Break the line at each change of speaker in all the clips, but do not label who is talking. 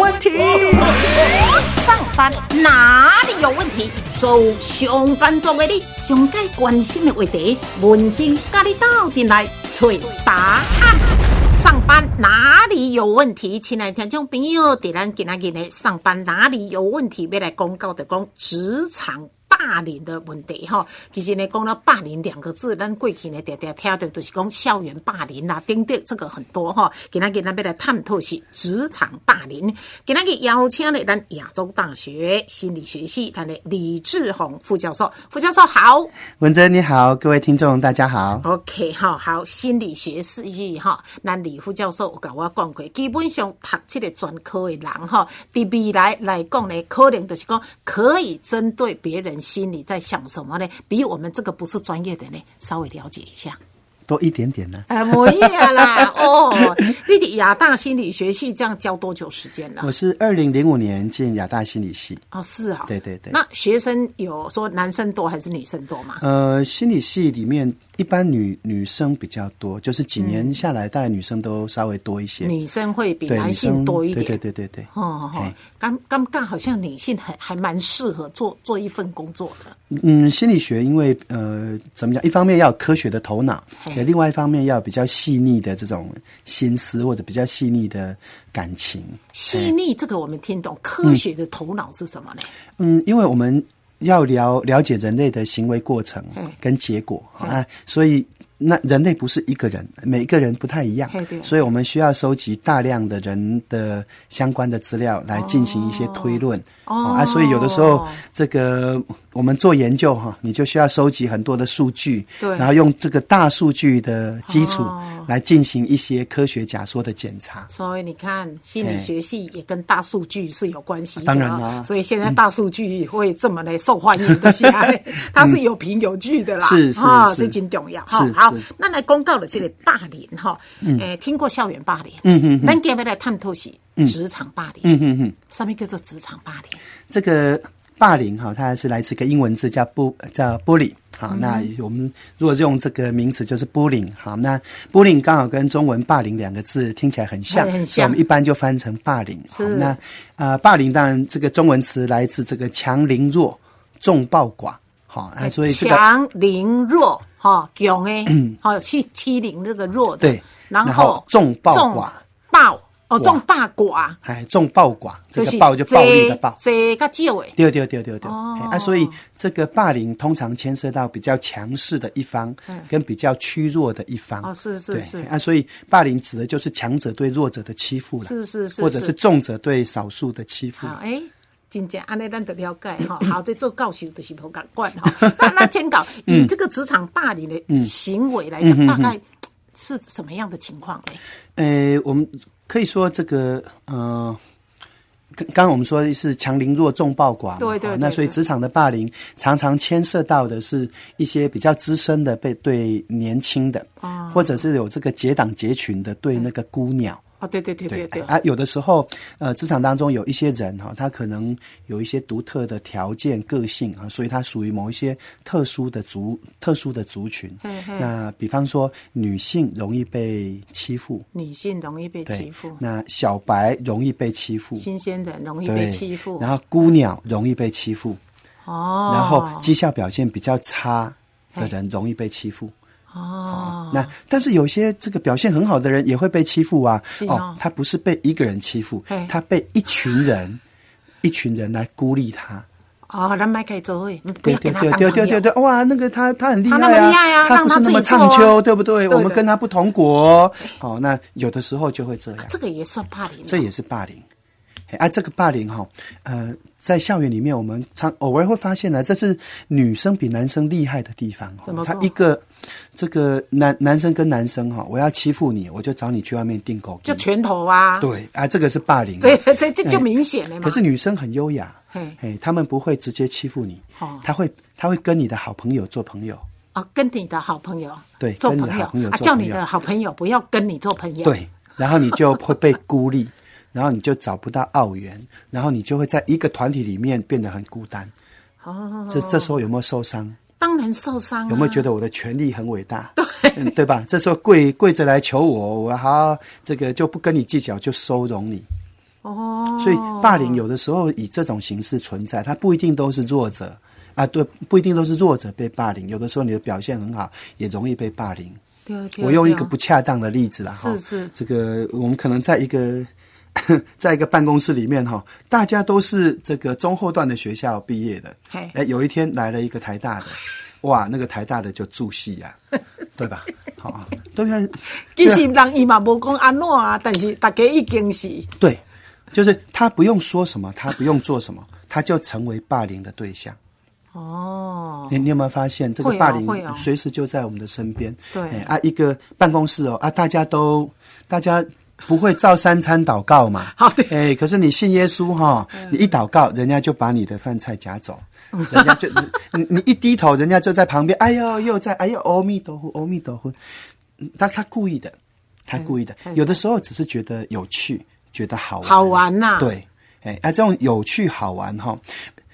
问题。
上班哪里有问题？所有上班族的你，上该关心的话题，文静甲你斗阵来找答案。上班哪里有问题？亲爱的听众朋友，伫咱今仔日的上班哪里有问题？要来公告的讲职场。霸凌的问题吼，其实呢，讲到霸凌两个字，咱过去呢，常常听到就是讲校园霸凌啦、啊，等等，这个很多吼。今仔日咱要来探讨是职场霸凌。今仔日邀请了咱亚洲大学心理学系，咱的李志宏副教授。副教授好，
文珍你好，各位听众大家好。
OK 哈，好，心理学是语哈，咱李副教授有甲我讲过，基本上读这个专科的人吼，伫未来来讲呢，可能就是讲可以针对别人。心里在想什么呢？比我们这个不是专业的呢，稍微了解一下，
多一点点呢、
啊。哎，没呀 啦，哦，你的亚大心理学系这样教多久时间了？
我是二零零五年进亚大心理系。
哦，是啊、哦，
对对对。
那学生有说男生多还是女生多吗？
呃，心理系里面一般女女生比较多，就是几年下来，大概女生都稍微多一些。嗯、
女生会比男性多一点。
对对对对对。
哦哦，尴尴尬，好像女性还还蛮适合做做一份工作的。
嗯，心理学因为呃，怎么讲？一方面要科学的头脑，也另外一方面要比较细腻的这种心思，或者比较细腻的感情。
细腻这个我们听懂，科学的头脑是什么呢？
嗯，因为我们要了了解人类的行为过程跟结果啊，所以。那人类不是一个人，每一个人不太一样，所以我们需要收集大量的人的相关的资料来进行一些推论、
哦、
啊，所以有的时候这个我们做研究哈，你就需要收集很多的数据，然后用这个大数据的基础来进行一些科学假说的检查。
所以你看，心理学系也跟大数据是有关系的、
啊，当然啦。
所以现在大数据会这么的受欢迎的些， 它是有凭有据的啦，
嗯是是
啊，这真重要
哈。
好，那来公告了这个霸凌哈，
嗯
诶，听过校园霸凌，嗯嗯，咱今日来探讨是职场霸凌，
嗯嗯嗯，
上面叫做职场霸凌。
这个霸凌哈，它是来自个英文字叫玻叫玻璃。好，那我们如果用这个名词就是 “bullying”。好，那 “bullying” 刚好跟中文“霸凌”两个字听起来很像，
很像，
我们一般就翻成霸凌。好，那啊、呃，霸凌当然这个中文词来自这个强凌弱，众暴寡。好，啊，所以这嗯
个哎强凌弱。哦，强诶，哦，去欺凌这个弱的，
对，然后重暴寡，
暴哦，重暴寡，
哎，重暴寡，这个暴就暴力的暴，
这个结尾，
对对对对对，
哦
啊，所以这个霸凌通常牵涉到比较强势的一方跟比较虚弱的一方，
嗯哦，是是是，
啊，所以霸凌指的就是强者对弱者的欺负了，
是是是，
或者是重者对少数的欺负，
哎。真正安尼，咱得了解哈。
嗯
好，在做教授就是无敢管哈。 那那先讲
嗯
以这个职场霸凌的行为来讲，大概是什么样的情况呢？
呃，我们可以说这个呃，刚刚我们说是强凌弱，重暴寡，哦
对对。
那所以职场的霸凌常常牵涉到的是一些比较资深的被对年轻的，或者是有这个结党结群的
嗯
对那个孤鸟。
哦，对对对对对
啊！有的时候，呃，职场当中有一些人哈、哦，他可能有一些独特的条件、个性啊，所以他属于某一些特殊的族、特殊的族群。
嘿嘿
那比方说，女性容易被欺负，
女性容易被欺负。
那小白容易被欺负，
新鲜人容易被欺负，
然后孤鸟容易被欺负。
哦，
然后绩效表现比较差的人容易被欺负。
哦，
那但是有些这个表现很好的人也会被欺负啊。
是哦,哦，
他不是被一个人欺负，他被一群人、 一群人来孤立他。
哦，人买可以做位，
对对对对对对对，哇，那个他他很厉害啊，
他那么厉害啊，
他不是那么唱秋，对不对？
我
们跟他不同国，哦，那有的时候就会这样。
啊这个也算霸凌，
这也是霸凌。啊，这个霸凌哈，呃，在校园里面，我们常偶尔会发现呢，啊这是女生比男生厉害的地方。
怎么
他一个这个男男生跟男生哈，我要欺负你，我就找你去外面订狗，
就拳头啊。
对啊，这个是霸凌。
对，这这就明显了嘛。
可是女生很优雅，
哎，
他们不会直接欺负你，
哦
他会他会跟你的好朋友做朋友。
啊，跟你的好朋友
对
做朋
友
啊，叫你的好朋友不要跟你做朋友。
对，然后你就会被孤立。然后你就找不到澳元，然后你就会在一个团体里面变得很孤单。
哦，
这这时候有没有受伤？
当然受伤、啊。
有没有觉得我的权利很伟大？
对、
嗯，对吧？这时候跪跪着来求我，我好这个就不跟你计较，就收容你。
哦，
所以霸凌有的时候以这种形式存在，它不一定都是弱者啊，对，不一定都是弱者被霸凌，有的时候你的表现很好，也容易被霸凌。
对对啊
我用一
对
个不啊恰当的例子啦，哈，
是是
这个我们可能在一个 在一个办公室里面哈，大家都是这个中后段的学校毕业的，
嘿
哎，有一天来了一个 台大的，哇，那个台大的就助戏呀、对吧？好、对啊，
其实人伊嘛无讲安怎啊，但是大家已经是
对，就是他不用说什么，他不用做什么，他就成为霸凌的对象。
哦，
你你有没有发现这个
会啊
霸
会啊
凌随时就在我们的身边？
对
哎啊，一个办公室哦啊，大家都大家不会照三餐祷告嘛？
好嗯对
哎，可是你信耶稣哈、你一祷告，人家就把你的饭菜夹走，
嗯
人家就你你一低头，人家就在旁边，哎呦又在，哎呦阿弥陀佛，阿弥陀佛，嗯他他故意的，他
嗯
故意的，有的时候只是觉得有趣，觉得好玩，
好玩呐
对，哎啊，这种有趣好玩哈、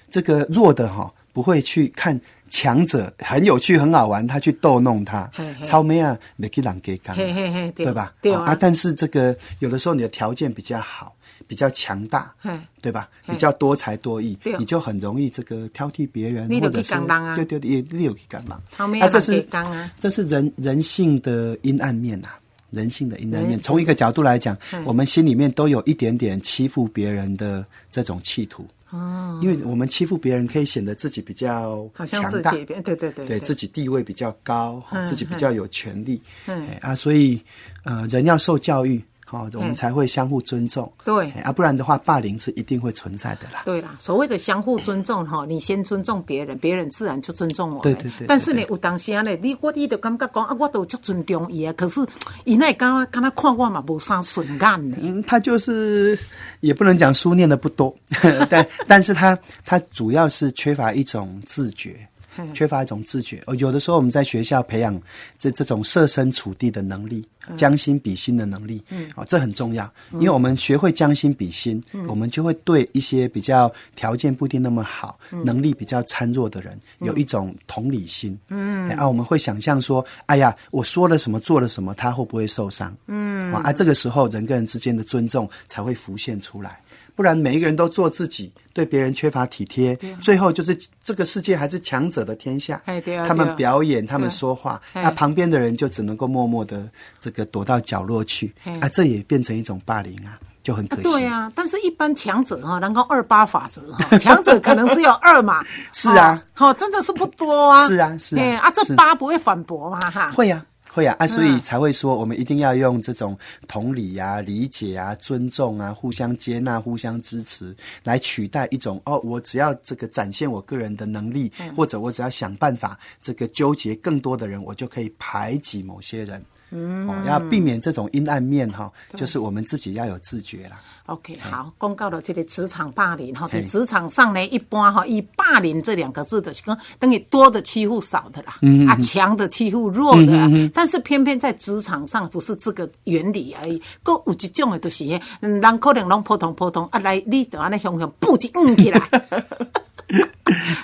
这个弱的哈、不会去看强者很有趣很好玩，他去逗弄他
嘿嘿，
草莓啊，没给人给干，
嘿嘿嘿对
对吧？
对啊
好啊，但是这个有的时候你的条件比较好，比较强大
嘿，
对吧？比较多才多艺
嗯对啊，
你就很容易这个挑剔别人，
你就
或
去
者是
讲人啊
对对对，你有去干嘛？
草莓啊
这
人
是
给讲啊
这是人人性的阴暗面呐、啊人性的阴暗
嗯
面，从一个角度来讲，我们心里面都有一点点欺负别人的这种企图。哦，因为我们欺负别人，可以显得自己比较
好像
强
自
大，
己对对对
对自己地位比较高，哈自己比较有权利，
嗯
哎啊，所以呃，人要受教育，好，我
嗯
们才会相互尊重，
对
哎啊，不然的话，霸凌是一定会存在的啦。
对啦，所谓的相互尊重哈，你先尊重别人，别人自然就尊重我们。
对对对对
但是呢，有当时啊呢，你我你就感觉讲啊，我都足尊重伊啊，可是伊那敢若敢若看我嘛无啥顺眼呢。啊
嗯，他就是也不能讲书念的不多， 但但是他他主要是缺乏一种自觉，
嗯
缺乏一种自觉。哦，有的时候我们在学校培养这这种设身处地的能力，
嗯
将心比心的能力，嗯，哦，这很重要，因为我们学会将心比心，
嗯
我们就会对一些比较条件不一定那么好、
嗯
能力比较孱弱的人，有一种同理心，嗯，啊，我们会想象说，哎呀，我说了什么，做了什么，他会不会受伤？嗯，啊，这个时候人跟人之间的尊重才会浮现出来。不然每一个人都做自己，对别人缺乏体贴，最后就是这个世界还是强者的天下。
啊哎对啊
他
对啊
们表演，他们
对
说话，
哎
那、旁边的人就只能够默默的这个躲到角落去
哎。
啊，这也变成一种霸凌啊，就很可惜。
对啊，但是一般强者哈，能够二八法则哈，强者可能只有二嘛。
是啊
哦，哦，真的是不多啊。
是啊是啊
哎啊，这
是
八不会反驳嘛哈。
会呀、会呀、啊，所
嗯
以才会说我们一定要用这种同理呀、理解啊、尊重啊、互相接纳、互相支持，来取代一种哦，我只要这个展现我个人的能力，
嗯
或者我只要想办法这个纠结更多的人，我就可以排挤某些人。嗯、哦，要避免这种阴暗面哈、就是我们自己要有自觉啦。
OK，好，公告了这个职场霸凌哈，在
嘿
职场上呢，一般哈以霸凌这两个字的，跟等于多的欺负少的啦，
嗯
啊强的欺负弱的啦，但是偏偏在职场上不是这个原理而已，搁有一种的就是那，嗯人可能拢普通普通，啊来你就安尼向向不就硬 起来，啊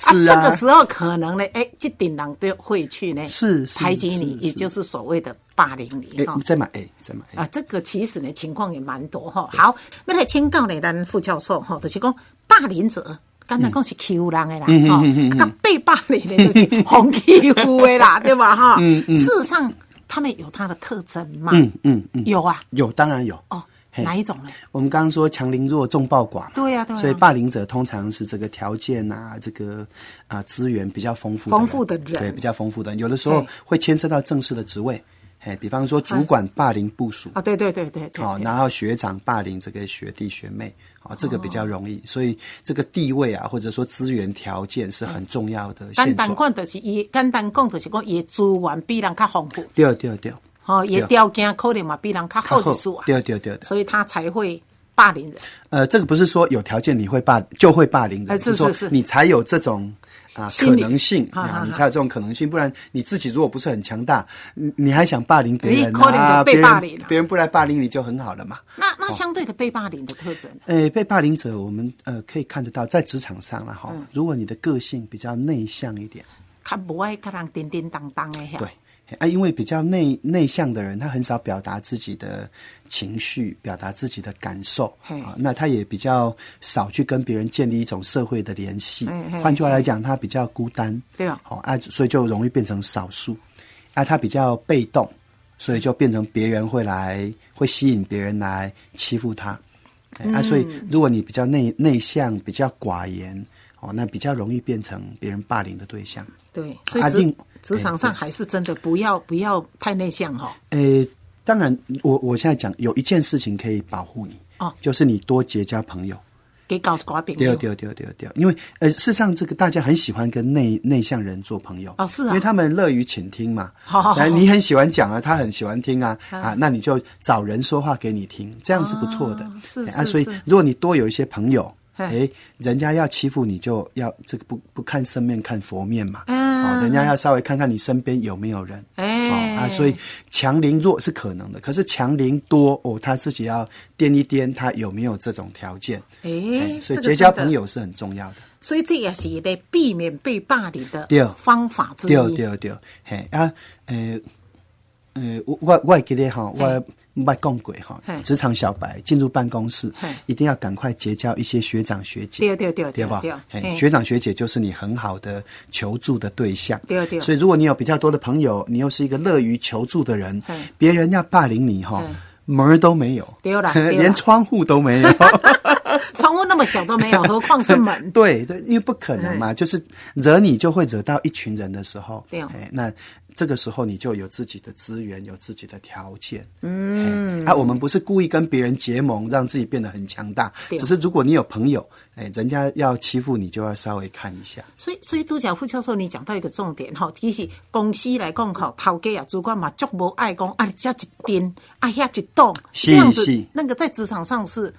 是啊
这个时候可能呢，哎，这顶人都会去呢，
是是
排挤你，
是
也就是所谓的霸凌你
哎
哈。，
再买哎，再买。
啊，这个其实呢情况也蛮多哈。好，要来请教呢，咱副教授哈，就是讲霸凌者，简单讲是欺负人的啦，
嗯
哈、啊，跟被霸凌的 就是红欺负的啦，对吧哈？
嗯
事实上，他们有他的特征嘛，嗯嗯嗯，有啊，
有，当然有
哦，
嘿
哪一种呢？
我们刚刚说强凌弱，众暴寡嘛。
对呀对呀
所以霸凌者通常是这个条件啊，这个啊资源比较丰富的人
丰富的人
对，比较丰富的人，有的时候
对
会牵涉到正式的职位，哎，比方说主管霸凌部署。
啊，对对对对对，
哦，
对
然后学长霸凌这个学弟学妹，哦，这个比较容易，所以这个地位啊，或者说资源条件是很重要的线
简单
索。
讲就是伊，简单讲就是讲伊的资源比人较丰富，
对对对，
吼、哦，伊的
对
条件可能嘛比人较好
较
一丝啊，
对对对对。
所以他才会霸凌人。
呃，这个不是说有条件你会霸就会霸凌
哎
人，
是
说
是是
你才有这种啊、
心
可
理
能性
啊啊
啊
啊，
你才有这种可能性，不然你自己如果不是很强大，你你还想霸凌别
你
人
可能就
啊，
被
别
霸
人
凌了
别人不来霸凌你就很好了嘛。
那那相对的被霸凌的特征呢？
诶，被霸凌者，我们呃可以看得到，在职场上了
嗯
哈，如果你的个性比较内向一点，
较无爱甲人叮叮当当的遐。
对，啊，因为比较内内向的人，他很少表达自己的情绪，表达自己的感受
嘿
啊，那他也比较少去跟别人建立一种社会的联系
嗯嘿。
换句话来讲，他比较孤单，
对啊
好啊，所以就容易变成少数，啊，他比较被动，所以就变成别人会来，会吸引别人来欺负他。哎啊，所以
嗯
如果你比较内内向，比较寡言，哦，那比较容易变成别人霸凌的对象。
对，所
啊
以职
另
职场上还是真的不要不要太内向哦。
诶，呃当然，我我现在讲有一件事情可以保护你，
哦
就是你多结交朋友。
给搞寡饼。
对对对对对，因为呃，事实上这个大家很喜欢跟内内向人做朋友
哦是啊哦
因为他们乐于倾 听嘛。
好好好
来你很喜欢讲啊，他很喜欢听 啊啊，那你就找人说话给你听，这样是不错的。
啊是
哎
是
啊，所以
是
如果你多有一些朋友。
嘿
哎，人家要欺负你，就要这个不不看僧面看佛面嘛。
嗯
哦，人家要稍微看看你身边有没有人。
哎
哦啊，所以强邻弱是可能的，可是强邻多哦，他自己要掂一掂，他有没有这种条件。
哎
哎，，所以
这个
结交
真的
朋，友是很重要的。
所以这也是一个避免被霸凌的
对
方法之一。
对对对，嘿啊，呃呃，我我我也记得哈，我捌讲过哈
嘿，
职场小白进入办公室
嘿，
一定要赶快结交一些学长学姐。
对对对
对吧
对？
嘿
嘿
学长学姐就是你很好的求助的对象。
对对
所以如果你有比较多的朋友，你又是一个乐于求助的人
嘿，
别人要霸凌你哈
嗯，
门儿都没有，
对 啦对啦
连窗户都没有。
窗户那么小都没 有，何况是门？
对对，因为不可能嘛，就是惹你就会惹到一群人的时候，
对哦
哎那这个时候你就有自己的资源，有自己的条件，嗯，啊，我们不是故意跟别人结盟，让自己变得很强大，
对哦
只是如果你有朋友，哎，人家要欺负你，就要稍微看一下，
所以，所以杜小副教授，你讲到一个重点吼，其实公司来讲吼，头家啊、主管嘛，足无爱讲啊，这一颠啊，遐一动，
是
这样子
是，
那个在职场上是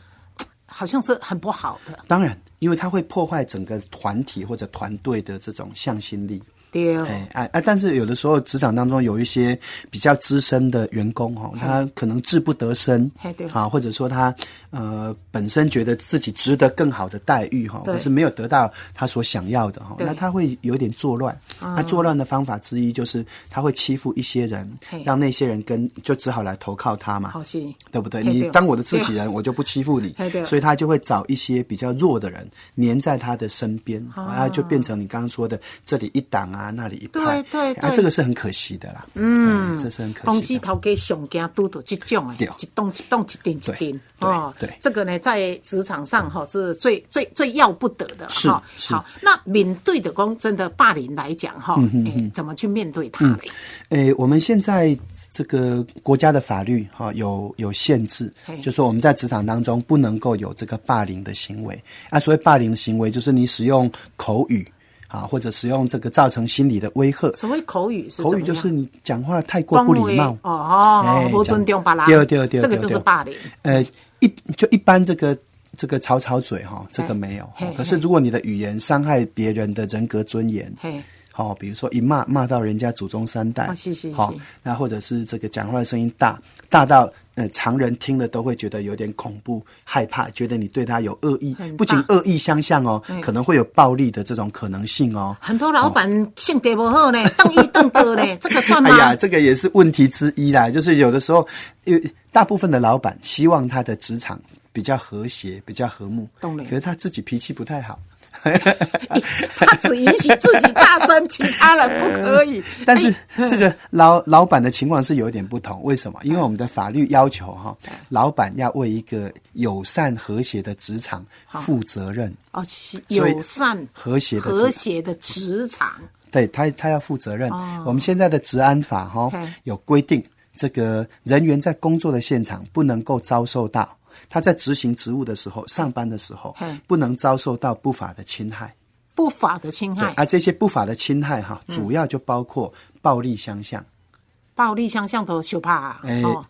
好像是很不好的，
当然，因为它会破坏整个团体或者团队的这种向心力，
对。哦
哎哎哎！但是有的时候职场当中有一些比较资深的员工哦，他可能志不得伸
嘿对，
啊，或者说他呃本身觉得自己值得更好的待遇哈，
对
或是没有得到他所想要的哈，
对哦
那他会有点作乱。那作乱的方法之一就是他会欺负一些人
嘿，
让那些人跟就只好来投靠他嘛。
好是，
对不对？
嘿
你
对
当我的自己人，我就不欺负你
嘿对，
所以他就会找一些比较弱的人黏在他的身边，
啊
然后就变成你刚刚说的这里一党啊，那里一派，
对对
啊，
对
这个是很可惜的啦，嗯，这是很可
公
惜
司
的。
头家上惊拄到这种诶，
对哦
一动一动一点一点
对
哦
对对，
这个呢在职场上哈是最最最要不得的
是
哈。
是嗯
好，那面对的公真的霸凌来讲哈，诶怎么去面对它嘞？
诶，哎我们现在这个国家的法律哈、有有限制
嘿，
就说我们在职场当中不能够有这个霸凌的行为啊。所谓霸凌的行为，就是你使用口语啊，或者使用这个造成心理的威吓。
所谓口语是
口
怎
语
么
就是
样？
你讲话太过不礼貌
恭维哦，
哎
不尊重别人，
这样对对对
这个就是
对
霸凌。
呃，一就一般这个这个吵吵嘴哈，这
嘿
个没有
嘿。
可是
嘿
如果你的语言伤害别人的人格尊严，
嘿，
好、比如说一骂骂到人家祖宗三代，
哦是是
好、
是
那或者是这个讲话的声音大，大到呃常人听了都会觉得有点恐怖、害怕，觉得你对他有恶意
很，
不仅
大
恶意相向哦，可能会有暴力的这种可能性哦。
很多老板性格不 好呢，瞪一瞪的呢，这个算
哎呀，
吗？
这个也是问题之一啦。就是有的时候，因为大部分的老板希望他的职场比较和谐、比较和睦，
懂了
可是他自己脾气不太好，
他只允许自己大声，其他人不可以。
但是
哎
这个老老板的情况是有一点不同，为什么？
嗯
因为我们的法律要求哈，老板要为一个友善和谐的职场负责任，
哦，是
所以
友善、
和谐的职
和谐的职场，
对他他要负责任
哦。
我们现在的治安法哈
嘿
有规定，这个人员在工作的现场不能够遭受到他在执行职务的时候、上班的时候
嘿，
不能遭受到不法的侵害。
不法的侵
对啊
害，
而这些不法的侵害哈，
嗯
主要就包括暴力相向。
暴力相向都羞怕啊
哎
哦，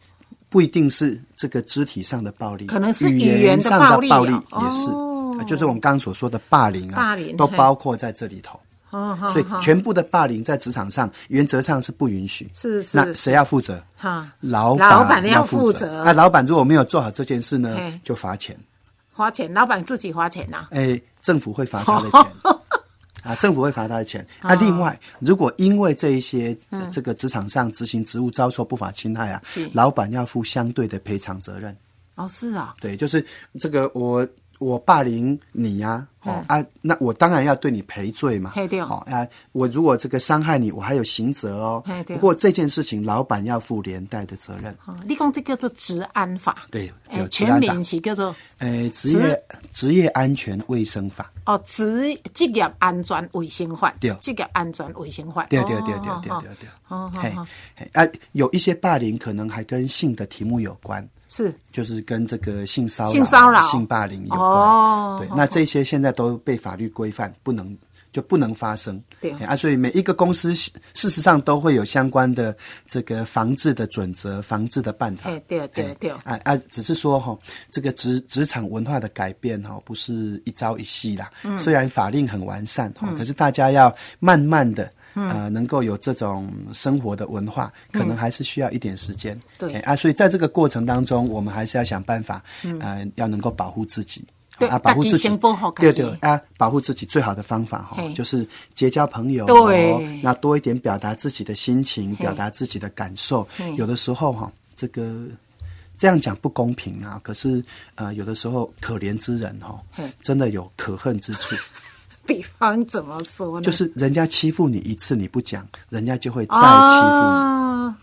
不一定是这个肢体上的暴力，
可能是语言
言
的
上
暴
的
力
暴力
啊
也是，
哦
啊就是我们刚刚所说的霸凌啊，
霸凌
都
嘿
包括在这里头。
哦好
所以
好
全部的霸凌在职场上原则上是不允许。
是是
那谁要负责？
哈
老
老板
要
要负责
啊，老板如果没有做好这件事呢
嘿，
就罚钱。
花钱，老板自己花钱呐、啊哦
哎，政府会罚他的钱。啊，政府会罚他 的钱。啊，另外，如果因为这一些、呃这个职场上执行职务遭受不法侵害啊
嗯是，
老板要负相对的赔偿责任。
哦，是啊，
对，就是这个我我霸凌你呀、哦啊，那我当然要对你赔罪嘛。
嘿对
哦啊，我如果这个伤害你，我还有刑责哦
嘿。对
不过这件事情，老板要负连带的责任。
哦你讲这叫做治安法，
对
哎
有治
全
安法
名是叫做
诶，呃职业职业安全卫生法。
哦职职业安全卫生法
对，
职业安全卫生法，
对
哦
对对对对
哦
对
哦
对。
哦
嘿
哦，
嘿啊，有一些霸凌可能还跟性的题目有关，
是
就是跟这个性骚扰、
性骚扰
性霸凌有关。
哦
对
哦，
那这些现在都被法律规范，不能就不能发生。
对
嘿啊，所以每一个公司事实上都会有相关的这个防治的准则、防治的办法
嘿。哎对对
嘿
对
啊啊，只是说哈，这个职职场文化的改变哈，不是一朝一夕啦。
嗯
虽然法令很完善，哈可是大家要慢慢的。
嗯
呃，能够有这种生活的文化，可能还是需要一点时间。
对
哎啊，所以在这个过程当中，我们还是要想办法，呃，要能够保护自己。
嗯对
啊，保护
自己
自己
先保护，自己
对对啊，保护自己最好的方法哈
嘿，
就是结交朋友，哦
对
那多一点表达自己的心情，表达自己的感受。有的时候哈，这个这样讲不公平啊，可是呃，有的时候可怜之人哈
嘿，
真的有可恨之 处，
比方怎么说呢？
就是人家欺负你一次你不讲，人家就会再欺负你。
啊，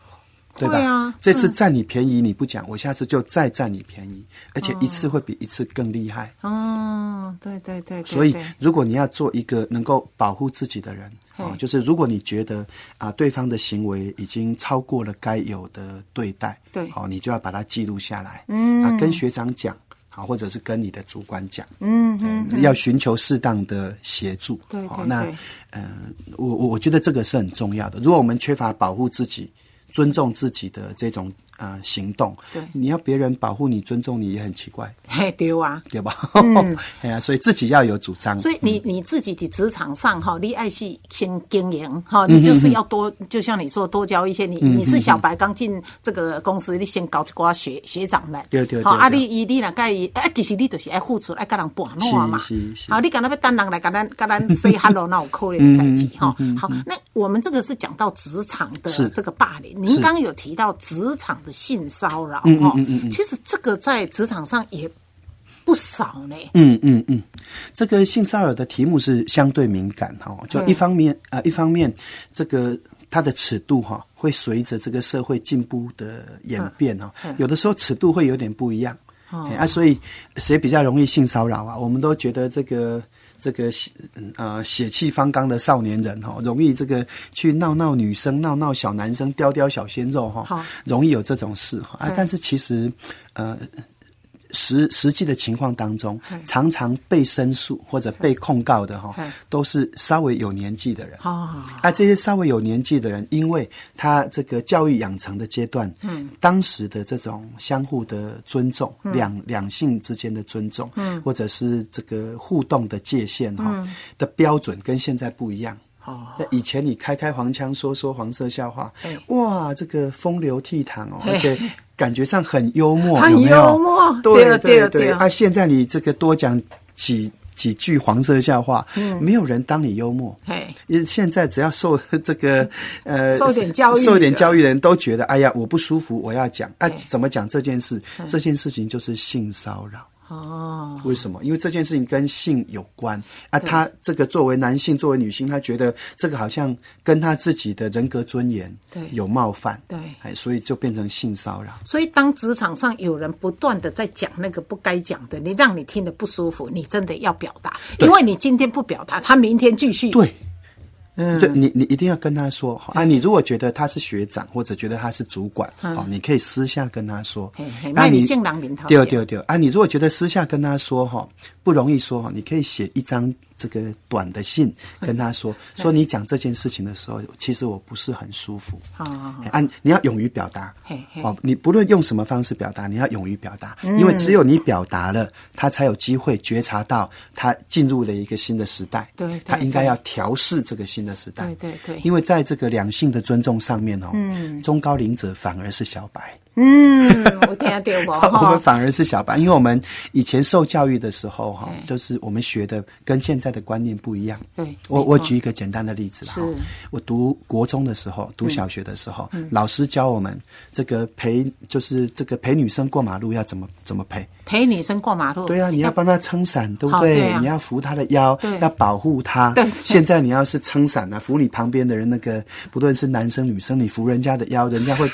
对吧？
会啊，
这次占你便宜你不讲，我下次就再占你便宜，而
哦
且一次会比一次更厉害。
嗯，对对对，对
所以
对，
如果你要做一个能够保护自己的人，哦，就是如果你觉得啊、对方的行为已经超过了该有的对待，
对
哦，你就要把它记录下来，嗯，啊，跟学长讲，好，或者是跟你的主管讲，嗯嗯，要寻求适当的协助，
对
哦
对
那
对
嗯、我我我觉得这个是很重要的。如果我们缺乏保护自己、尊重自己的这种啊行动，
对
你要别人保护你、尊重你也很奇怪，
嘿，对啊。
对吧？ 哎呀，所以自己要有主张，
所以你你自己的职场上哈，你爱是先经营哈，
嗯
你就是要多，就像你说多交一些。你你是小白刚进这个公司，你先搞一寡学学长们，
对对对
好啊，
对
你伊你若甲伊，啊，其实你就是爱付出，爱甲人拌弄啊嘛
是是。是
好，你敢若要等人来甲咱甲咱 say hello，那有可 能的
嗯
代志哈。好，那我们这个是讲到职场的
是
这个霸凌，您刚刚有提到职场的性骚扰
嗯
哈，其实这个在职场上也不少呢。
嗯嗯嗯，这个性骚扰的题目是相对敏感哈、哦，就
对
一方面啊、呃一方面这个它的尺度哈、会随着这个社会进步的演变哈、有的时候尺度会有点不一样。哎啊，所以谁比较容易性骚扰啊？我们都觉得这个这个血嗯呃血气方刚的少年人哈、容易这个去闹闹女生、闹闹小男生、叼叼小鲜肉哈、
好
容易有这种事哈、啊。但是其实呃实实际的情况当中，常常被申诉或者被控告的哈
嗯，
都是稍微有年纪的人。
哦
啊，这些稍微有年纪的人，因为他这个教育养成的阶段，嗯，当时的这种相互的尊重，
嗯
两两性之间的尊重，嗯，或者是这个互动的界限哈、的标准跟现在不一样。
嗯哦，
那以前你开开黄腔，说说黄色笑话
哎，
哇，这个风流倜傥哦，
嘿
而且感觉上很幽默，
很
有没有
幽默
对
对对
对
对
啊，现在你这个多讲几几句黄色笑话，没有人当你幽默。
嗯嘿。
因为现在只要受 这个呃
受点教育的
受点教育的人都觉得，哎呀，我不舒服，我要讲啊，怎么讲这件事？这件事情就是性骚扰。
哦，
为什么？因为这件事情跟性有关啊。他这个作为男性，作为女性，他觉得这个好像跟他自己的人格尊严
对
有冒犯，
对
哎，所以就变成性骚扰。
所以当职场上有人不断的在讲那个不该讲的，你让你听得不舒服，你真的要表达，因为你今天不表达，他明天继续。
对，嗯，对你，你一定要跟他说好啊。你如果觉得他是学长，或者觉得他是主管，哦，你可以私下跟他说
嗯嘿嘿。
啊
卖你敬郎名头
对
前
对对啊！你如果觉得私下跟他说哈，不容易说哈，你可以写一张这个短的信跟他
嗯
说，说你讲这件事情的时候，其实我不是很舒服。
好好好
哎啊，你要勇于表达
嘿嘿。嗯
哦，你不论用什么方式表达，你要勇于表达，因为只有你表达了，他才有机会觉察到他进入了一个新的时代。
对对
他应该
对
要调试这个新的时代。
对对对
因为在这个两性的尊重上面哦，中高龄者反而是小白。
嗯，我听得 到无？
我
哈
们反而是小白，因为我们以前受教育的时候哈，就是我们学的跟现在的观念不一样。
对
我
没
我
错
举一个简单的例子啦
是嗯
哈，我读国中的时候，读小学的时候，老师教我们这个陪，就是这个陪女生过马路要怎么怎么陪。
陪女生过马路，
对啊，你要帮她撑伞，对不
哦好对
对？
啊
你要扶她的腰
对，
要保护她。
对对
现在你要是撑伞啊，扶你旁边的人，那个不论是男生女生，你扶人家的腰，人 家会，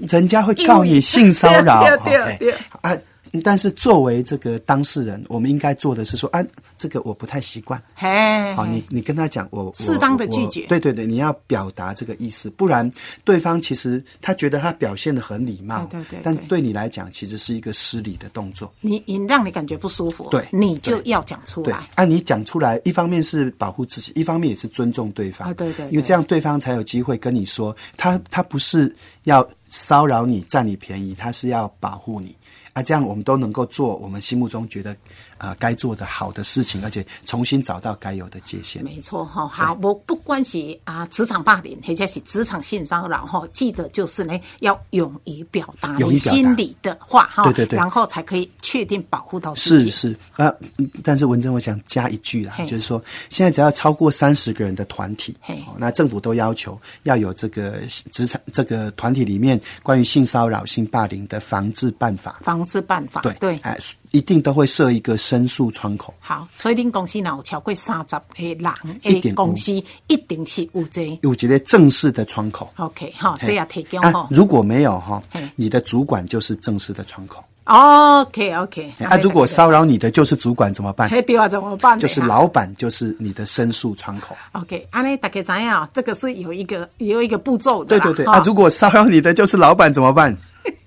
人家会告你性骚扰。
对啊对啊
OK
对啊
啊，但是作为这个当事人，我们应该做的是说，啊，这个我不太习惯。
嘿，
好，你你跟他讲，我我
适当地
我
拒绝
对对对，你要表达这个意思，不然对方其实他觉得他表现的很礼貌，
哎对对对
但
对
对你来讲其实是一个失礼的动作。
你你让你感觉不舒服，
对
你就要讲出
对
来，，
按你讲出来，一方面是保护自己，一方面也是尊重对方。
啊对对对
因为这样对方才有机会跟你说，他他不是要骚扰你、占你便宜，他是要保护你。啊，这样我们都能够做我们心目中觉得啊该、做的好的事情，而且重新找到该有的界限。
没错哈，好，我不管是啊职场霸凌，或者是职场性骚扰哈，记得就是呢要勇于表达
勇
你
于表达
心里的话哈，
对对对
然后才可以确定保护到自己。
是是啊，嗯但是文珍，我想加一句啦
嘿，
就是说，现在只要超过三十个人的团体，
嘿
哦那政府都要求要有这个职场这个团体里面关于性骚扰、性霸凌的防治办法，
防治办法
对哎，一定都会设一个申诉窗口。
好，所以恁公司若有超过三十个人
一
诶
定有
公司，一定是有这个
有一个正式的窗口，
OK 哈，
嘿
这要提供
啊
吼。。
如果没有哈
嘿，
你的主管就是正式的窗口。
OK OK，
哎啊，如果骚扰你的就是主管怎么办？
嘿对啊，怎么办呢？
就是
哈
老板就是你的申诉窗口。
OK，安尼大家知影哦，这个是有一个有一个步骤的
对
啦。
对对
哈
啊，如果骚扰你的就是老板怎么办？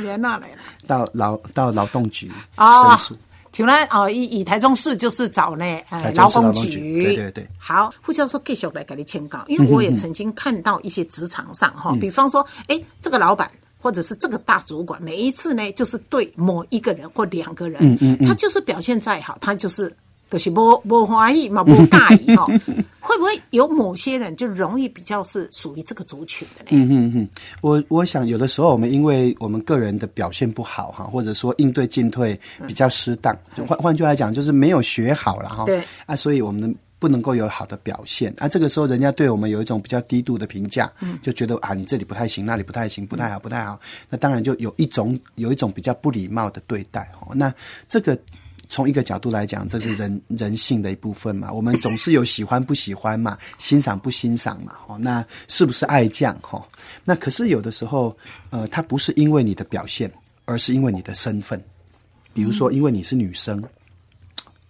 别那来了
到劳到劳动局
哦
申诉。，
像咱哦，以以台中市就是找呢，呃，
台中市
工
劳动局对对嗯对。
好，副教授继续来给你请教，因为我也曾经看到一些职场上哈，
嗯
比方说，哎，这个老板。或者是这个大主管，每一次呢，就是对某一个人或两个人，
嗯
他就是表现再好，他就是就是不不欢喜嘛，不介意 哈，会不会有某些人就容易比较是属于这个族群的呢？
嗯我我想有的时候我们因为我们个人的表现不好哈，或者说应对进退比较失当，就换换句话来讲就是没有学好了哈。
对
啊，所以我们不能够有好的表现啊。这个时候人家对我们有一种比较低度的评价，就觉得啊你这里不太行，那里不太行，不太好，不太好。那当然就有一种有一种比较不礼貌的对待哦。那这个。从一个角度来讲，这是人人性的一部分嘛。我们总是有喜欢不喜欢嘛，欣赏不欣赏嘛。哦，那是不是爱将？哈、哦，那可是有的时候，呃，它不是因为你的表现，而是因为你的身份。比如说，因为你是女生，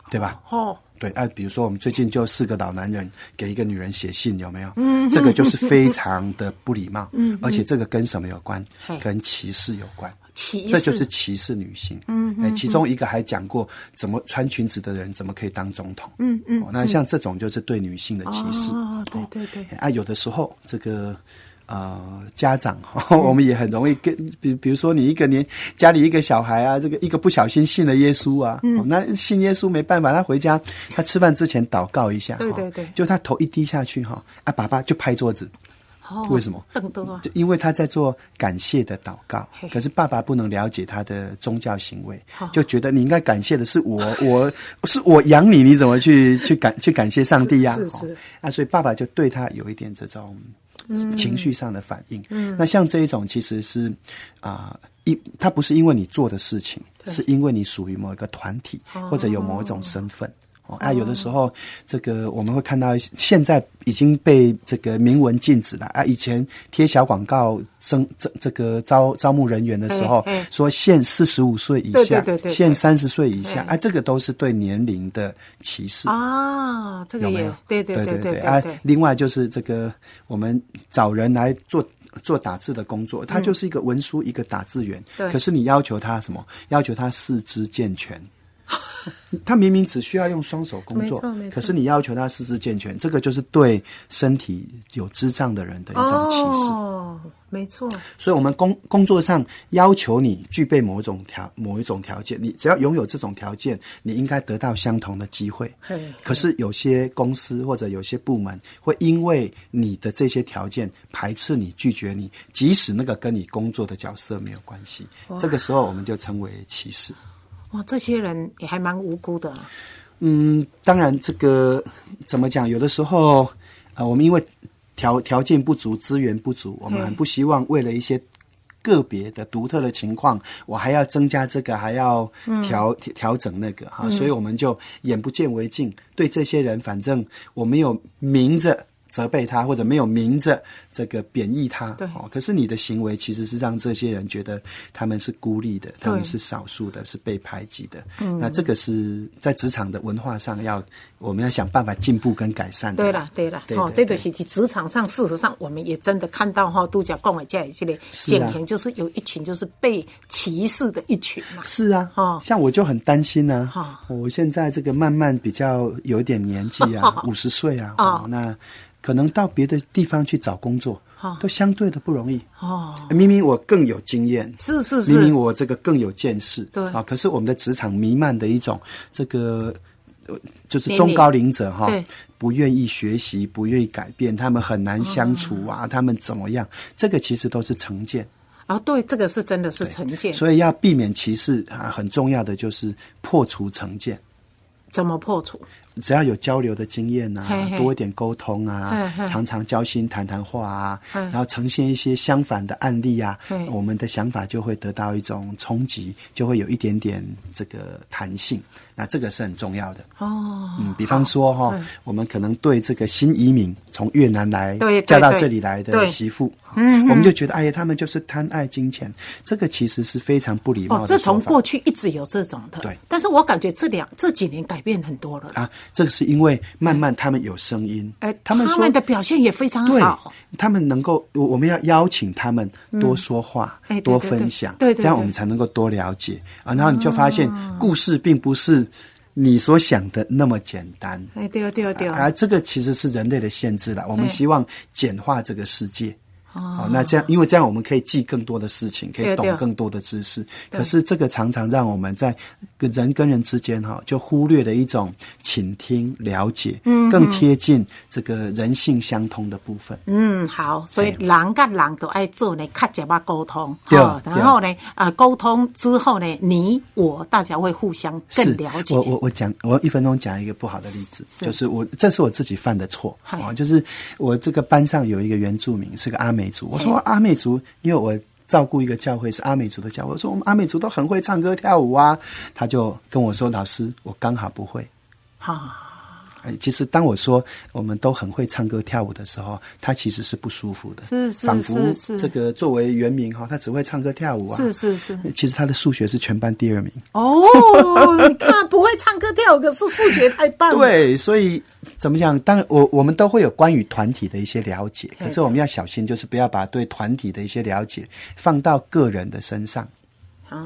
对吧？
哦，
对，啊，比如说我们最近就四个老男人给一个女人写信，有没有？嗯，这个就是非常的不礼貌， 嗯，而且这个跟什么有关
嘿？
跟歧视有关。
歧视
这就是歧视女性。嗯，哎，其中一个还讲过，怎么穿裙子的人怎么可以当总统？嗯嗯、哦，那像这种就是对女性的歧视。
哦，对对对，
啊，有的时候这个呃家长， 我们也很容易跟，比比如说你一个年家里一个小孩啊，这个一个不小心信了耶稣啊，
嗯
哦那信耶稣没办法，他回家他吃饭之前祷告一下，
对
哦
对对
就他头一低下去哈，啊爸爸就拍桌子，
哦
为什么
更多啊
就因为他在做感谢的祷告
嘿，
可是爸爸不能了解他的宗教行为
哦，
就觉得你应该感谢的是我，我是我养你，你怎么去去感去感谢上帝呀、
是
吼
是是
啊，所以爸爸就对他有一点这种情绪上的反应。
嗯
那像这一种其实是啊。一，他不是因为你做的事情，是因为你属于某一个团体，
哦
或者有某一种身份。哦，啊，有的时候这个我们会看到一些，现在已经被这个明文禁止了啊。以前贴小广告征这这个招招募人员的时候
哎哎，
说限四十五岁以
对对
下
对对对，
限三十岁以下
哎
啊，这个都是对年龄的歧视。
啊，这个
有没
也
有？
对
对
对对
对
对
啊
对！。
另外就是这个，我们找人来做做打字的工作，他就是一个文书，一个打字员。
嗯对
可是你要求他什么？要求他四肢 健全。他明明只需要用双手工作
没错没，错
可是你要求他四肢健全，这个就是对身体有智障的人的一种歧视。
哦，没错，
所以我们工工作上要求你具备某种条某一种条件，你只要拥有这种条件，你应该得到相同的机会
嘿。
可是有些公司或者有些部门会因为你的这些条件排斥你、拒绝你，即使那个跟你工作的角色没有关系，这个时候我们就称为歧视。
哇，这些人也还蛮无辜的、啊。
嗯，当然，这个怎么讲？有的时候，啊、我们因为条条件不足、资源不足，我们很不希望为了一些个别的独特的情况，我还要增加这个，还要调调整那个哈、所以我们就眼不见为净，对这些人，反正我没有明着。责备他，或者没有明着这个贬义他，
对
哦。可是你的行为其实是让这些人觉得他们是孤立的，他们是少数的，是被排挤的。
嗯
那这个是在职场的文化上要，我们要想办法进步跟改善的。
对啦，对啦，
对
哦，这
对
个是职场上，事实上我们也真的看到哈，度假共的这样这类
是啊
现形，就是有一群就是被歧视的一群呐、
是啊，
哦
像我就很担心呢、
哦
我现在这个慢慢比较有一点年纪 啊，五十岁啊，
哦
那可能到别的地方去找工作，
哦
都相对的不容易。
哦，
明明我更有经验，
是是
明
是
明，我这个更有见识，
对
啊，可是我们的职场弥漫的一种这个。呃就是
年龄
中高龄者哈
对，
不愿意学习，不愿意改变，他们很难相处啊，
嗯
他们怎么样？这个其实都是成见，
啊，对，这个是真的是成见，
所以要避免歧视啊，很重要的就是破除成见。
怎么破除？
只要有交流的经验啊，
嘿嘿
多一点沟通啊，
嘿嘿
常常交心谈谈话啊，
嗯
然后呈现一些相反的案例啊
嘿，
我们的想法就会得到一种冲击，就会有一点点这个弹性。那这个是很重要的。
哦，
嗯，比方说哈、我们可能对这个新移民从越南来
对对
嫁到
对
这里来的
对
媳妇，嗯，我们就觉得哎呀，他们就是贪爱金钱，这个其实是非常不礼貌
哦，
的
这
说法。
从过去一直有这种的，
对
但是我感觉这两这几年改变很多了，
啊，这个是因为慢慢他们有声音，
哎、
他们
他
说
们的表现也非常
对
嗯好，，
他们能够，我我们要邀请他们多说话，
哎对
多
对对
分享，
对对对哦
这样我们才能够多了解啊。然后你就发现，故事并不是你所想的那么简单。
哎，对对对，
啊，这个其实是人类的限制了。我们
哎
希望简化这个世界。哦，那这样，因为这样我们可以记更多的事情，可
对对
以懂更多的知识。可是这个常常让我们在跟人跟人之间哈、就忽略了一种倾听、了解，更贴近这个人性相通的部分。
嗯，好，所以人甲人都爱做呢，较加巴沟通，
对
哦
对
然后呢，呃，沟通之后呢，你我大家会互相
是
更了解
我。我我讲，我一分钟讲一个不好的例子，
是
就是我这是我自己犯的错
嗨
啊、就是我这个班上有一个原住民是个阿美族，我说阿美族，因为我。照顾一个教会是阿美族的教会，我说我们阿美族都很会唱歌跳舞啊，他就跟我说老师，我刚好不会。
哈，
哎，其实当我说我们都很会唱歌跳舞的时候，他其实是不舒服的，
是是
仿佛
是是
这个作为原名哦哈，他只会唱歌跳舞啊，
是是 是，
其实他的数学是全班第二名。
哦，你看不会唱歌跳舞，可是数学太棒了。，
对，所以怎么讲？当然，我我们都会有关于团体的一些了解，可是我们要小心，就是不要把对团体的一些了解放到个人的身上。
啊，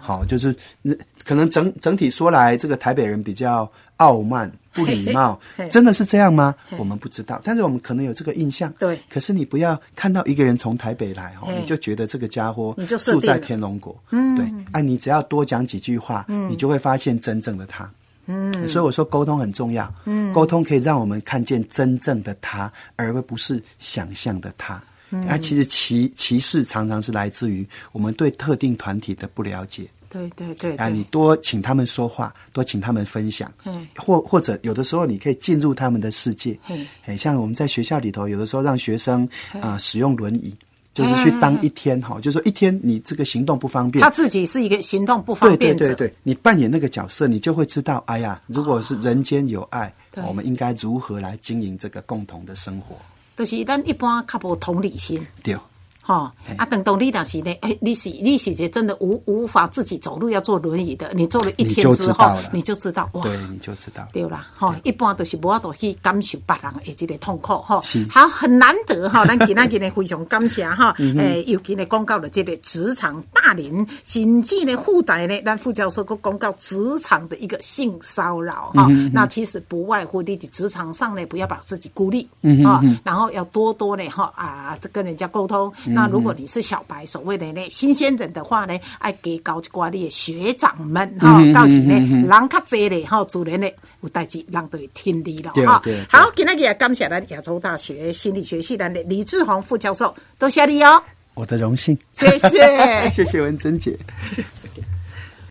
好，就是嗯可能整整体说来，这个台北人比较傲慢、不礼貌
嘿嘿，嘿
真的是这样吗？我们不知道，但是我们可能有这个印象。
对
可是你不要看到一个人从台北来哦，
嘿
你就觉得这个家伙
你就设
住
定
在
了
天龙国。嗯，对，啊，你只要多讲几句话，
嗯
你就会发现真正的他。嗯，所以我说沟通很重要。嗯，沟通可以让我们看见真正的他，而不是想象的他。
嗯
啊，其实歧歧视常常是来自于我们对特定团体的不了解。
对对哎对
啊，你
对，
多请他们说话，多请他们分享
嗯，
或或者有的时候你可以进入他们的世界
嗯，
很像我们在学校里头，有的时候让学生啊、呃使用轮椅，就是去当一天
啊
哈，就是说一天你这个行动不方便
他，自己是一个行动不方
对
便
对
者。
对对，你扮演那个角色，你就会知道，哎呀，如果是人间有爱，
对
我们应该如何来经营这个共同的生活？
就是咱一般较无同理心。
对，
哦，啊，等到你那时呢，哎，你是你是这真的无无法自己走路，要坐轮椅的，你坐了一
你
天
就
之
知
后
道了，
你就知道哇，
对，你就知道。
对啦，吼，一般都是无法度去感受别人的这个痛苦，吼
是。
好，很难得吼，咱今仔日呢非常感谢哈，诶，尤其呢讲到了这个职场霸凌，甚至呢附带呢，咱副教授佫讲到职场的一个性骚扰哈，那其实不外乎你在职
嗯嗯
场上呢，不要把自己孤立，啊，然后要多多呢哈啊，跟人家沟通，那那如果你是小白，所谓的呢新鲜人的话呢，爱给搞一寡你的学长们哈、
嗯
到时呢人较济咧吼，自然呢有代志人就会听你了
对
哈
对对。
好，今日也感谢咱亚洲大学心理学系咱的李 志宏副教授，多谢你哦，
我的荣幸，。
谢谢
谢谢文珍姐。